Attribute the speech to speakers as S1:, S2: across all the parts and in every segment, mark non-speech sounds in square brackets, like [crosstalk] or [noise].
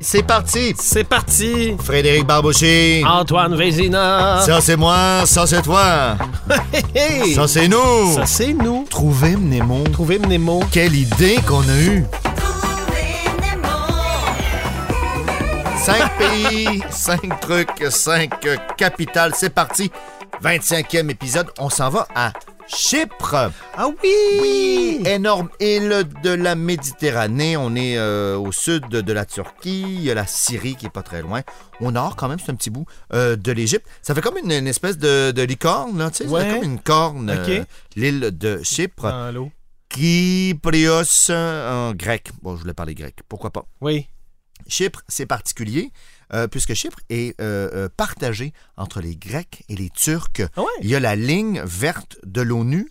S1: C'est parti!
S2: C'est parti!
S1: Frédéric Barbouchi!
S2: Antoine Vézina!
S1: Ça, c'est moi, ça, c'est toi!
S2: Hey!
S1: Ça, c'est nous!
S2: Ça, c'est nous!
S1: Trouvez Mnemo!
S2: Trouvez Mnemo!
S1: Quelle idée qu'on a eue! Cinq pays, cinq trucs, cinq euh, capitales. C'est parti. 25e épisode. On s'en va à Chypre.
S2: Ah oui!
S1: Oui, énorme île de la Méditerranée. On est euh, au sud de, de la Turquie. Il y a la Syrie qui est pas très loin. Au nord, quand même, c'est un petit bout euh, de l'Égypte. Ça fait comme une, une espèce de, de licorne, là, tu sais.
S2: Ouais.
S1: C'est comme une corne.
S2: Ok.
S1: euh, L'île de Chypre.
S2: Dans l'eau.
S1: Kyprios euh, en grec. Bon, je voulais parler grec. Pourquoi pas?
S2: Oui.
S1: Chypre, c'est particulier, euh, puisque Chypre est euh, euh, partagé entre les Grecs et les Turcs.
S2: Ah ouais?
S1: Il y a la ligne verte de l'ONU,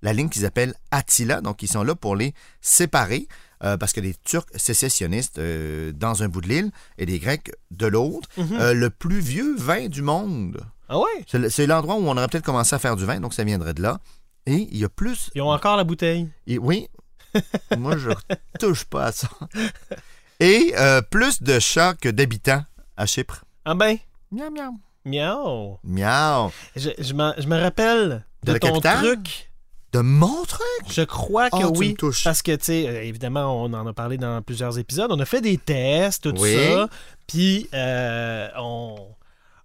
S1: la ligne qu'ils appellent Attila, donc ils sont là pour les séparer, euh, parce que les Turcs sécessionnistes euh, dans un bout de l'île et les Grecs de l'autre.
S2: Mhm.
S1: Euh, le plus vieux vin du monde,
S2: Ah ouais?
S1: c'est le- c'est l'endroit où on aurait peut-être commencé à faire du vin, donc ça viendrait de là. Et il y a plus
S2: Ils ont encore la bouteille.
S1: et
S2: [laughs]
S1: oui, moi je touche pas à ça. Et euh, plus de chats que d'habitants à Chypre.
S2: Ah ben,
S1: Miam, miam.
S2: miaou!
S1: Miaou.
S2: Je, je m'en- je me rappelle
S1: De
S2: de,
S1: la
S2: ton
S1: capitale?
S2: truc.
S1: De mon truc?
S2: Je crois que
S1: Ah, tu
S2: oui.
S1: me touches.
S2: Parce que, tu sais, euh, évidemment, on en a parlé dans plusieurs épisodes. On a fait des tests, tout
S1: Oui.
S2: ça. Puis, euh, on,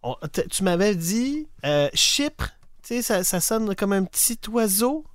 S2: on- t- tu m'avais dit euh, Chypre, tu sais, ça, ça sonne comme un petit oiseau.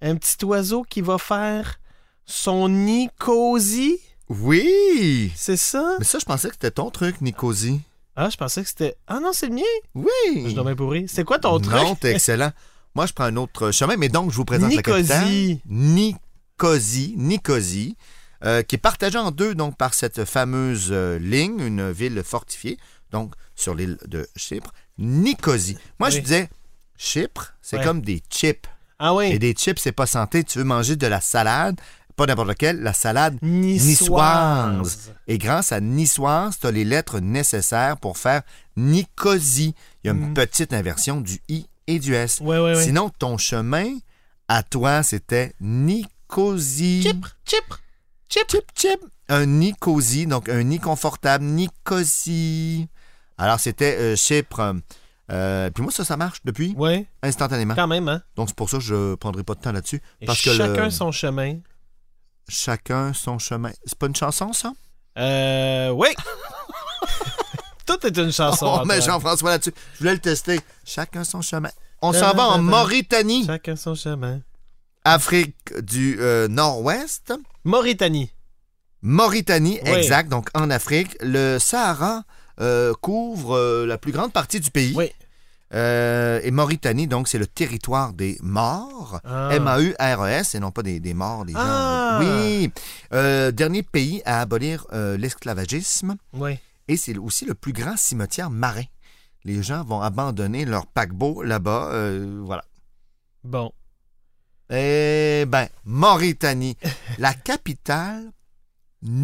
S2: Un petit oiseau qui va faire son nid cosy.
S1: Oui!
S2: C'est ça?
S1: Mais ça, je pensais que c'était ton truc, Nicosie.
S2: Ah, je pensais que c'était. Ah non, c'est le mien.
S1: Oui!
S2: Je dois bien pourri. C'est quoi ton truc?
S1: Non, t'es excellent. Moi, je prends un autre chemin, mais donc, je vous présente la capitale.
S2: Nicosie.
S1: Nicosie, Nicosie, euh, qui est partagée en deux donc par cette fameuse euh, ligne, une ville fortifiée, donc sur l'île de Chypre. Nicosie. Moi, je
S2: Oui.
S1: disais, Chypre, c'est
S2: Ouais.
S1: comme des chips.
S2: Ah
S1: Et
S2: oui.
S1: des chips, c'est pas santé. Tu veux manger de la salade, pas n'importe laquelle, la salade niçoise.
S2: Niçoise.
S1: Et grâce à niçoise, tu as les lettres nécessaires pour faire Nicosie. Il y a une
S2: Mhm.
S1: petite inversion du I et du S.
S2: Ouais, ouais, ouais.
S1: Sinon, ton chemin à toi, c'était Nicosie.
S2: Chypre, Chypre, Chypre.
S1: chip, chip. Un Nicosie, donc un nid confortable, Nicosie. Alors, c'était euh, Chypre. Euh, puis moi, ça, ça marche depuis
S2: Ouais,
S1: instantanément.
S2: quand même, hein.
S1: Donc, c'est pour ça que je prendrai pas de temps là-dessus.
S2: Et
S1: Parce que
S2: chacun
S1: le-
S2: son chemin.
S1: Chacun son chemin. C'est pas une chanson, ça?
S2: Euh, oui. [laughs] Tout est une chanson.
S1: On
S2: Antoine.
S1: met Oh, Jean-François là-dessus. Je voulais le tester. Chacun son chemin. On s'en va en
S2: Ta-da-da-da.
S1: Mauritanie,
S2: Chacun son chemin.
S1: Afrique du euh, Nord-Ouest.
S2: Mauritanie.
S1: Mauritanie,
S2: Oui.
S1: exact, donc en Afrique. Le Sahara euh, couvre euh, la plus grande partie du pays.
S2: Oui.
S1: Euh, et Mauritanie, donc, c'est le territoire des morts.
S2: Ah.
S1: M-A-U-R-E-S, E et non pas des, des morts, des gens.
S2: Ah.
S1: Oui. Euh, dernier pays à abolir euh, l'esclavagisme.
S2: Oui.
S1: Et c'est aussi le plus grand cimetière marin. Les gens vont abandonner leur paquebot là-bas. euh, voilà.
S2: Bon.
S1: Eh ben,
S2: [laughs]
S1: Mauritanie, la capitale,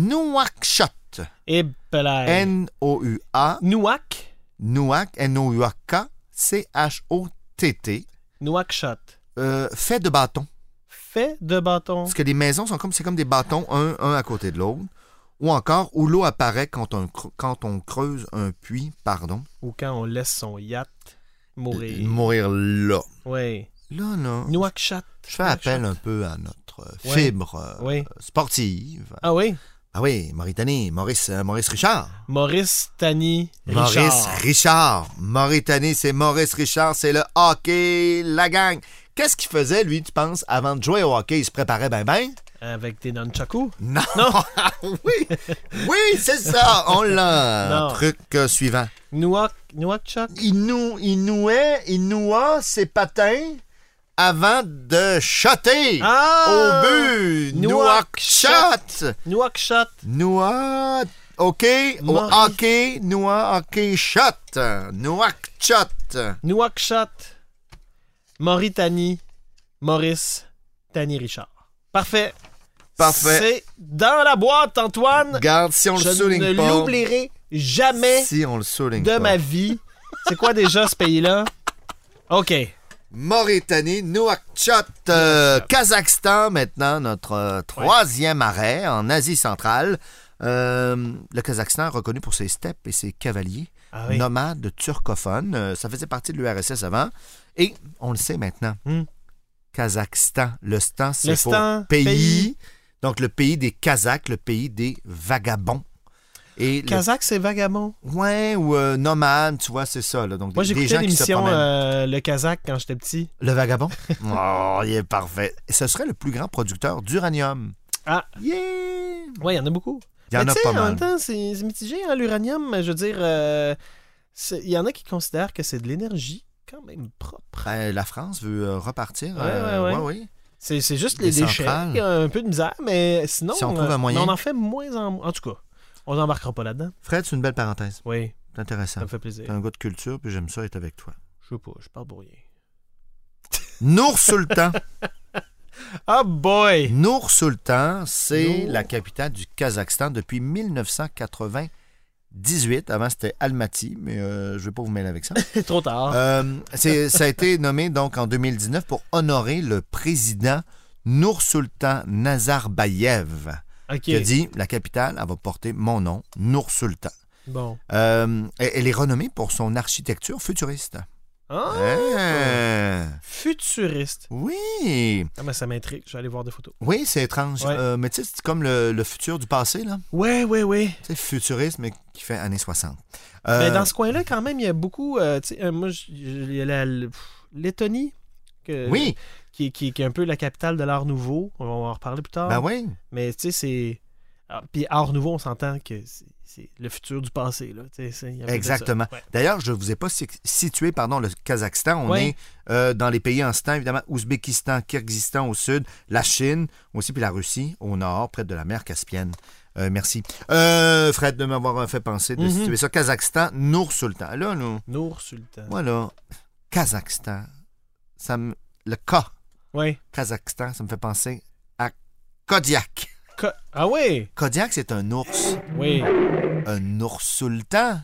S1: Nouakchott.
S2: Et Pelay.
S1: N-O-U-A,
S2: Nouak.
S1: Nouak, N-O-U-A-K, C-H-O-T-T.
S2: Nouakchott.
S1: euh, fait de bâtons.
S2: Fait de bâton.
S1: Parce que les maisons sont comme, c'est comme des bâtons, un, un à côté de l'autre. Ou encore, où l'eau apparaît quand on, cre- quand on creuse un puits, pardon,
S2: Ou quand on laisse son yacht mourir.
S1: mourir là.
S2: Oui.
S1: Là, là.
S2: Nouakchott.
S1: Je fais appel un peu à notre euh,
S2: Ouais.
S1: fibre euh,
S2: Oui.
S1: sportive.
S2: Ah oui.
S1: Ah oui, Mauritanie, Maurice, euh, Maurice Richard.
S2: Maurice Tani.
S1: Maurice
S2: Richard.
S1: Richard. Mauritanie, c'est Maurice Richard, c'est le hockey, la gang. Qu'est-ce qu'il faisait, lui, tu penses, avant de jouer au hockey? Il se préparait ben ben?
S2: Avec des nunchakus.
S1: [laughs] Non! Ah oui! Oui, c'est ça! On l'a!
S2: Non.
S1: Truc euh, suivant.
S2: Nouak. Nouakchott.
S1: Il, nou, il nouait, il noua ses patins avant de shotter
S2: Ah!
S1: au but! Nouakchott!
S2: Nouakchott.
S1: Noix, OK, au
S2: Maurice.
S1: hockey, noix, hockey, shot, Nouak shot.
S2: Nouakchott, Mauritanie, Maurice, Tani Richard. Parfait.
S1: Parfait.
S2: C'est dans la boîte, Antoine.
S1: Garde, si on
S2: Je
S1: le
S2: ne
S1: souligne pas,
S2: l'oublierai jamais
S1: si on le souligne
S2: de
S1: pas.
S2: ma vie. C'est quoi déjà ce pays-là? OK.
S1: Mauritanie, Nouakchott, euh, Kazakhstan maintenant, notre euh, troisième arrêt en Asie centrale. Euh, le Kazakhstan, reconnu pour ses steppes et ses cavaliers,
S2: Ah oui.
S1: nomades turcophones, euh, ça faisait partie de l'URSS avant. Et on le sait maintenant,
S2: Hmm.
S1: Kazakhstan, le stan,
S2: Le
S1: c'est pour
S2: stan,
S1: pays,
S2: pays.
S1: Donc le pays des Kazakhs, le pays des vagabonds. Et le-
S2: Kazakh, c'est vagabond.
S1: ouais, ou euh, nomades, tu vois, c'est ça. là. Donc
S2: Moi,
S1: des- des
S2: j'écoutais
S1: gens qui se
S2: l'émission
S1: promènent.
S2: euh, Le Kazakh quand j'étais petit.
S1: Le
S2: [laughs]
S1: vagabond? oh, il est parfait. Ce serait le plus grand producteur d'uranium.
S2: Ah.
S1: Yeah!
S2: Ouais, il y en a beaucoup.
S1: Il y en
S2: Mais
S1: a
S2: tu sais,
S1: pas
S2: En
S1: mal.
S2: même temps, c'est c'est mitigé, hein, l'uranium. Je veux dire, euh, c'est- il y en a qui considèrent que c'est de l'énergie quand même propre.
S1: Ben, la France veut euh, repartir.
S2: Ouais,
S1: euh,
S2: ouais, ouais.
S1: ouais, ouais.
S2: C'est c'est juste
S1: Des
S2: les déchets,
S1: centrales.
S2: il y a un peu de misère, mais sinon,
S1: Si on trouve un
S2: euh,
S1: moyen.
S2: on en fait moins en moins. En tout cas, on n'embarquera pas là-dedans.
S1: Fred, c'est une belle parenthèse.
S2: Oui,
S1: C'est intéressant.
S2: ça me fait
S1: T'es
S2: plaisir.
S1: un gars de culture, puis j'aime ça être avec toi.
S2: Je sais pas, je parle pour rien.
S1: Nour
S2: [laughs]
S1: Sultan.
S2: Ah boy! [laughs]
S1: Nour Sultan, c'est
S2: Nour.
S1: la capitale du Kazakhstan depuis 1998. Avant, c'était Almaty, mais euh, je vais pas vous mêler avec ça.
S2: C'est trop tard.
S1: Euh, c'est- ça a été nommé donc en 2019 pour honorer le président Noursultan Nazarbayev,
S2: ok.
S1: qui a Ah, dit la capitale, elle va porter mon nom, Noursultan.
S2: Bon.
S1: Euh, elle elle est renommée pour son architecture futuriste.
S2: Ah,
S1: Hein?
S2: Futuriste.
S1: Oui,
S2: Ah, mais ça m'intrigue, je vais aller voir des photos.
S1: oui, c'est étrange.
S2: Ouais.
S1: Euh, mais tu sais, c'est comme le, le futur du passé, là.
S2: Ouais, ouais, ouais.
S1: Tu sais, futuriste, mais qui fait années 60.
S2: Mais
S1: Euh,
S2: Ben, dans ce coin-là, quand même, il y a beaucoup. euh, tu sais, euh, moi, je- je- il y a la le- pff, Lettonie, que-
S1: Oui,
S2: qui, qui- qui est un peu la capitale de l'art nouveau. On va en reparler plus tard.
S1: ben oui.
S2: Mais tu sais, c'est. ah, Puis art nouveau, on s'entend que c'est- c'est le futur du passé. Là. Tu sais, c'est- il y a un peu de
S1: Exactement.
S2: ça. Ouais.
S1: D'ailleurs, je ne vous ai pas si- situé pardon, le Kazakhstan. On
S2: Ouais.
S1: est euh, dans les pays en ce temps, évidemment, Ouzbékistan, Kyrgyzstan au sud, la Chine aussi, puis la Russie au nord, près de la mer Caspienne. Euh, merci. Euh, Fred, de m'avoir euh, fait penser de
S2: Mhm.
S1: situer ça. Kazakhstan, Nour-Sultan. Là, nous,
S2: Nour Sultan.
S1: moi, là, Kazakhstan, ça me... le K,
S2: Ouais.
S1: Kazakhstan, ça me fait penser à Kodiak.
S2: Co- Ah ouais!
S1: Kodiak, c'est un ours.
S2: Oui.
S1: Un ours-sultan.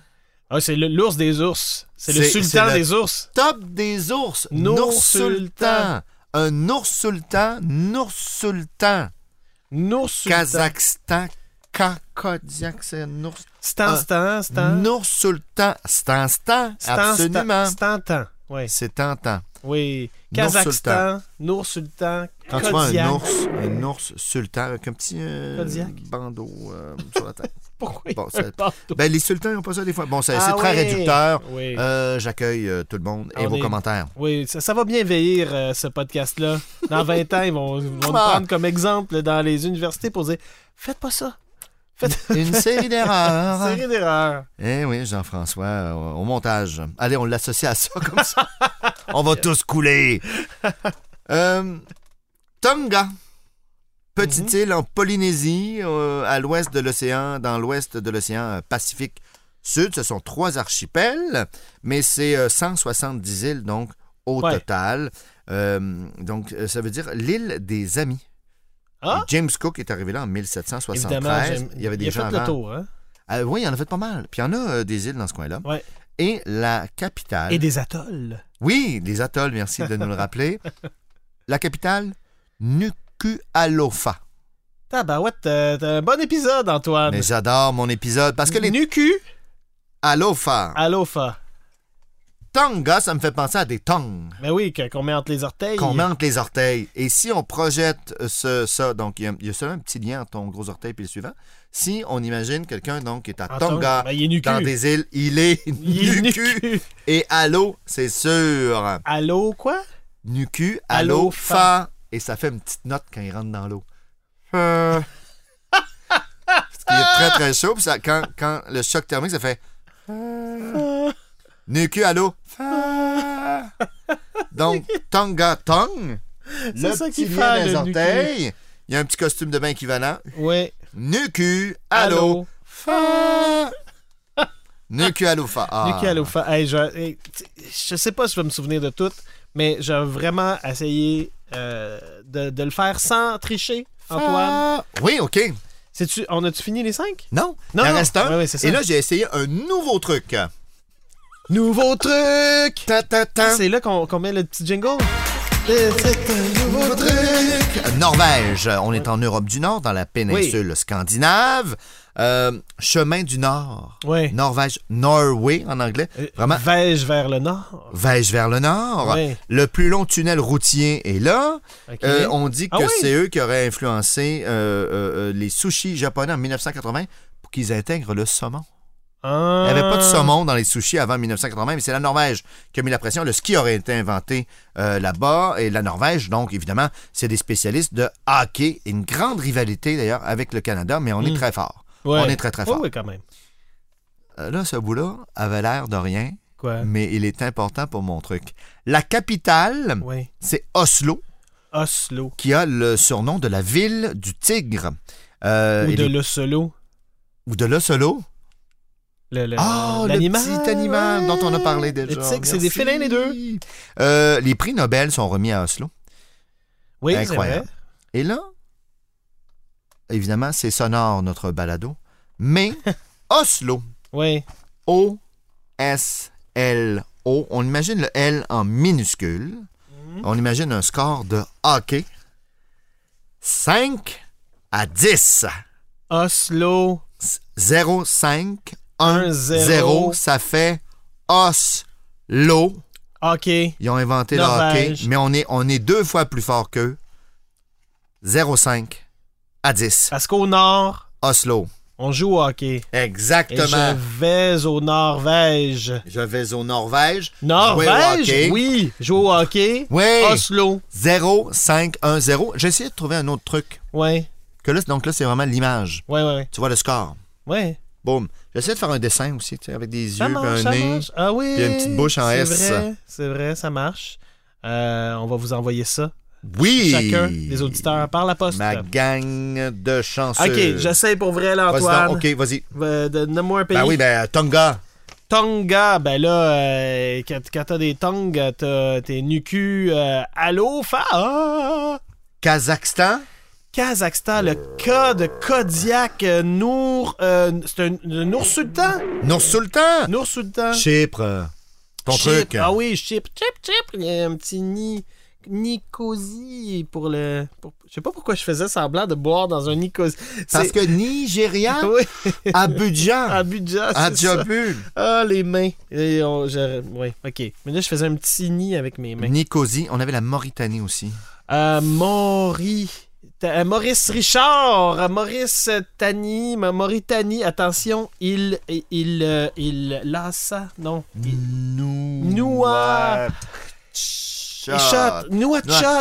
S2: Ah, c'est le- l'ours des ours. C'est le
S1: C'est-
S2: sultan
S1: c'est le-
S2: des ours.
S1: top des ours.
S2: Nours
S1: Nours
S2: sultan.
S1: sultan. Un ours sultan, nours sultan.
S2: Nour Sultan.
S1: Kazakhstan, Kakodiak, c'est un ours.
S2: Stan,
S1: Ah.
S2: Stan, Stan.
S1: Nours sultan, stan stan,
S2: Stan,
S1: absolument.
S2: Stan, Stan. Oui.
S1: C'est tentant.
S2: Oui.
S1: Nour Sultan.
S2: Kazakhstan, Nour Sultan,
S1: Quand tu vois
S2: Kodiak.
S1: un ours, un ours sultan avec un petit euh,
S2: Kodiak.
S1: bandeau euh, sur la [laughs] tête.
S2: Pourquoi il
S1: Bon,
S2: y a un
S1: c'est-
S2: bateau?
S1: ben, les sultans n'ont pas ça des fois. Bon, c'est
S2: Ah
S1: c'est très
S2: oui.
S1: réducteur.
S2: Oui,
S1: Euh, J'accueille euh, tout le monde et
S2: On
S1: vos
S2: est-
S1: commentaires.
S2: oui ça, ça va bien vieillir, euh, ce podcast-là. Dans 20 ans, ils vont, ils vont nous
S1: Ah.
S2: prendre comme exemple dans les universités pour dire « Faites pas ça!
S1: Une série » [laughs] d'erreurs.
S2: Série d'erreurs.
S1: Eh oui, Jean-François, euh, au montage. Allez, on l'associe à ça comme
S2: [laughs]
S1: ça. on va tous couler. Euh, Tonga, petite
S2: Mhm.
S1: île en Polynésie, euh, à l'ouest de l'océan, dans l'ouest de l'océan euh, Pacifique Sud. Ce sont trois archipels, mais c'est euh, 170 îles, donc au
S2: Ouais.
S1: total. Euh, donc, euh, ça veut dire l'île des amis.
S2: Ah!
S1: James Cook est arrivé là en
S2: Évidemment,
S1: 1773.
S2: j'aime-
S1: Il y avait des
S2: il a
S1: gens
S2: fait le
S1: avant.
S2: tour. Hein?
S1: Euh, oui, il y en a fait pas mal. Puis il y en a euh, des îles dans ce coin-là.
S2: Ouais.
S1: Et la capitale.
S2: Et des atolls.
S1: Oui, les atolls, merci de nous le rappeler.
S2: [laughs]
S1: La capitale, Nuku'alofa.
S2: Tabarouette, euh, t'as un bon épisode, Antoine.
S1: Mais j'adore mon épisode parce que les
S2: Nuku
S1: Alofa.
S2: Alofa.
S1: Tonga, ça me fait penser à des tongs
S2: Mais Ben oui, que- qu'on met entre les orteils.
S1: qu'on met entre les orteils. Et si on projette euh, ce, ça, donc il y a- il y, a seulement un petit lien entre ton gros orteil et le suivant. Si on imagine quelqu'un donc qui est à
S2: En
S1: Tonga,
S2: Ben, il est nucu.
S1: dans des îles, il est
S2: Il est
S1: Nuku
S2: nucu.
S1: et Alo, c'est sûr.
S2: Allo
S1: [laughs]
S2: quoi?
S1: Nucu,
S2: Allô,
S1: allô,
S2: fa.
S1: fa. Et ça fait une petite note quand il rentre dans l'eau. Fa. [laughs] Parce qu'il est très très chaud. Puis ça, quand, quand le choc thermique, ça fait. fa. Nucu, allô.
S2: [laughs]
S1: fa. Donc, Tonga Tong.
S2: C'est
S1: Le
S2: ça
S1: petit
S2: qu'il
S1: lien
S2: fait,
S1: des
S2: le
S1: orteils. Il y a un petit costume de bain équivalent.
S2: Ouais.
S1: Nucu, allô. Fa. Nucu, allô, fa. Ah.
S2: Nuki Alofa. Hey, je, hey, tu- je sais pas si je vais me souvenir de tout, mais j'ai vraiment essayé euh, de, de le faire sans tricher, Antoine.
S1: Fa. Oui, OK.
S2: -tu, on a-tu fini les cinq?
S1: Non,
S2: Non,
S1: il en
S2: non.
S1: reste un.
S2: Ouais, ouais, c'est ça.
S1: Et là, j'ai essayé un nouveau truc.
S2: Nouveau truc!
S1: Ta, ta, ta.
S2: Ah, C'est là qu'on qu'on met le petit jingle. C'est un nouveau truc.
S1: Norvège. On est en Europe du Nord, dans la péninsule scandinave. Euh, chemin du Nord.
S2: Oui.
S1: Norvège. Norway en anglais. Vraiment.
S2: Vais-je vers le nord?
S1: Vais-je vers le Nord? hein.
S2: Oui.
S1: Le plus long tunnel routier est là.
S2: Ok.
S1: Euh, on dit que
S2: Ah oui?
S1: c'est eux qui auraient influencé euh, euh, euh, les sushis japonais en 1980 pour qu'ils intègrent le saumon. Il
S2: Ah.
S1: n'y avait pas de saumon dans les sushis avant 1980, mais c'est la Norvège qui a mis la pression. Le ski aurait été inventé euh, là-bas. Et la Norvège, donc, évidemment, c'est des spécialistes de hockey. Une grande rivalité, d'ailleurs, avec le Canada, mais on est
S2: Mm.
S1: très fort.
S2: Ouais.
S1: On est très, très
S2: Oui,
S1: fort.
S2: oui, quand même.
S1: Euh, Là, ce bout-là avait l'air de rien,
S2: Quoi?
S1: mais il est important pour mon truc. La capitale,
S2: Oui.
S1: c'est Oslo,
S2: Oslo.
S1: qui a le surnom de la ville du tigre. Euh,
S2: Ou
S1: et
S2: de
S1: les-
S2: l'Oslo.
S1: ou de l'Oslo.
S2: Le, le,
S1: Ah, le
S2: l'animal,
S1: petit animal
S2: ouais.
S1: dont on a parlé
S2: Le
S1: déjà.
S2: tigre, c'est des
S1: Merci.
S2: félins, les deux.
S1: Euh, les prix Nobel sont remis à Oslo.
S2: Oui, c'est
S1: Incroyable.
S2: vrai.
S1: Et là, évidemment, c'est sonore notre balado,
S2: [laughs]
S1: mais Oslo,
S2: Oui.
S1: O-S-L-O, on imagine le L en minuscule,
S2: Mhm.
S1: on imagine un score de hockey 5 à 10.
S2: Oslo.
S1: 0, 5, 1,
S2: 0.
S1: 0, ça fait Oslo.
S2: OK.
S1: Ils ont inventé le
S2: Norvège.
S1: hockey, mais on est, on est deux fois plus fort qu'eux. 0,5 à 10.
S2: Parce qu'au nord,
S1: Oslo.
S2: on joue au hockey. Et je
S1: Exactement.
S2: vais au Norvège.
S1: Je... vais au Norvège.
S2: Norvège?
S1: Jouer au hockey.
S2: oui. Joue au hockey.
S1: Oui.
S2: Oslo.
S1: 0, 5, 1, 0. J'ai essayé de trouver un autre truc.
S2: Oui.
S1: Que là, donc là, c'est vraiment l'image.
S2: Oui, oui, oui.
S1: Tu vois le score.
S2: Ouais.
S1: Boum. J'essaie de faire un dessin aussi, tu sais, avec des
S2: Ça
S1: yeux, puis
S2: marche,
S1: un
S2: ça
S1: nez.
S2: marche. Ah oui.
S1: puis une petite bouche en
S2: c'est
S1: S.
S2: vrai, C'est vrai, ça marche. Euh, on va vous envoyer ça.
S1: Oui.
S2: Chacun des auditeurs par la poste.
S1: Ma gang de chanceux.
S2: OK, j'essaie pour vrai, là,
S1: Vas-y donc.
S2: Antoine.
S1: OK, vas-y.
S2: Euh, de- Nomme-moi un pays.
S1: Ben oui, ben Tonga.
S2: Tonga, ben là, euh, quand, quand t'as des tongs, t'as- t'es nucu. Euh, allô, fa. ah!
S1: Kazakhstan.
S2: Kazakhstan, le cas de Kodiak, euh, Nour. euh, c'est un, un ours sultan.
S1: Nour-Sultan.
S2: Nour sultan.
S1: Chypre. Ton
S2: Chip.
S1: truc.
S2: Ah oui, chip, chip, chip. Il y a un petit nid. Nicosie pour le. pour- je sais pas pourquoi je faisais semblant de boire dans un Nicosie.
S1: Parce
S2: C'est-
S1: que Nigeria,
S2: [laughs] Oui,
S1: Abidjan,
S2: Abuja, c'est ça.
S1: Adjabul,
S2: Ah, les mains. Et on- je- oui, ok. Mais là, je faisais un petit nid avec mes mains.
S1: Nicosie. On avait la Mauritanie aussi.
S2: Euh, Maury. Ta- euh, Maurice Richard, euh, Maurice Tani, Ma- Mauritanie, attention, il, il, il, euh, il lassa, non, il,
S1: Nous.
S2: Noua- Nouakchott, Nouakchott,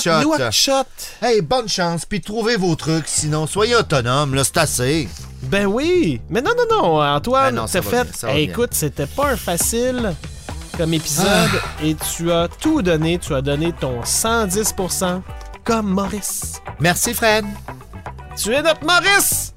S1: Nouakchott.
S2: Nouakchott.
S1: Hey, bonne chance, puis trouvez vos trucs, sinon soyez autonomes, là, c'est assez.
S2: Ben oui! Mais non, non, non, Antoine,
S1: Ben non, ça va
S2: t'as fait.
S1: bien, ça va
S2: Eh,
S1: bien.
S2: écoute, c'était pas un facile comme épisode
S1: Ah.
S2: et tu as tout donné. Tu as donné ton 110% comme Maurice.
S1: Merci, Fred.
S2: Tu es notre Maurice!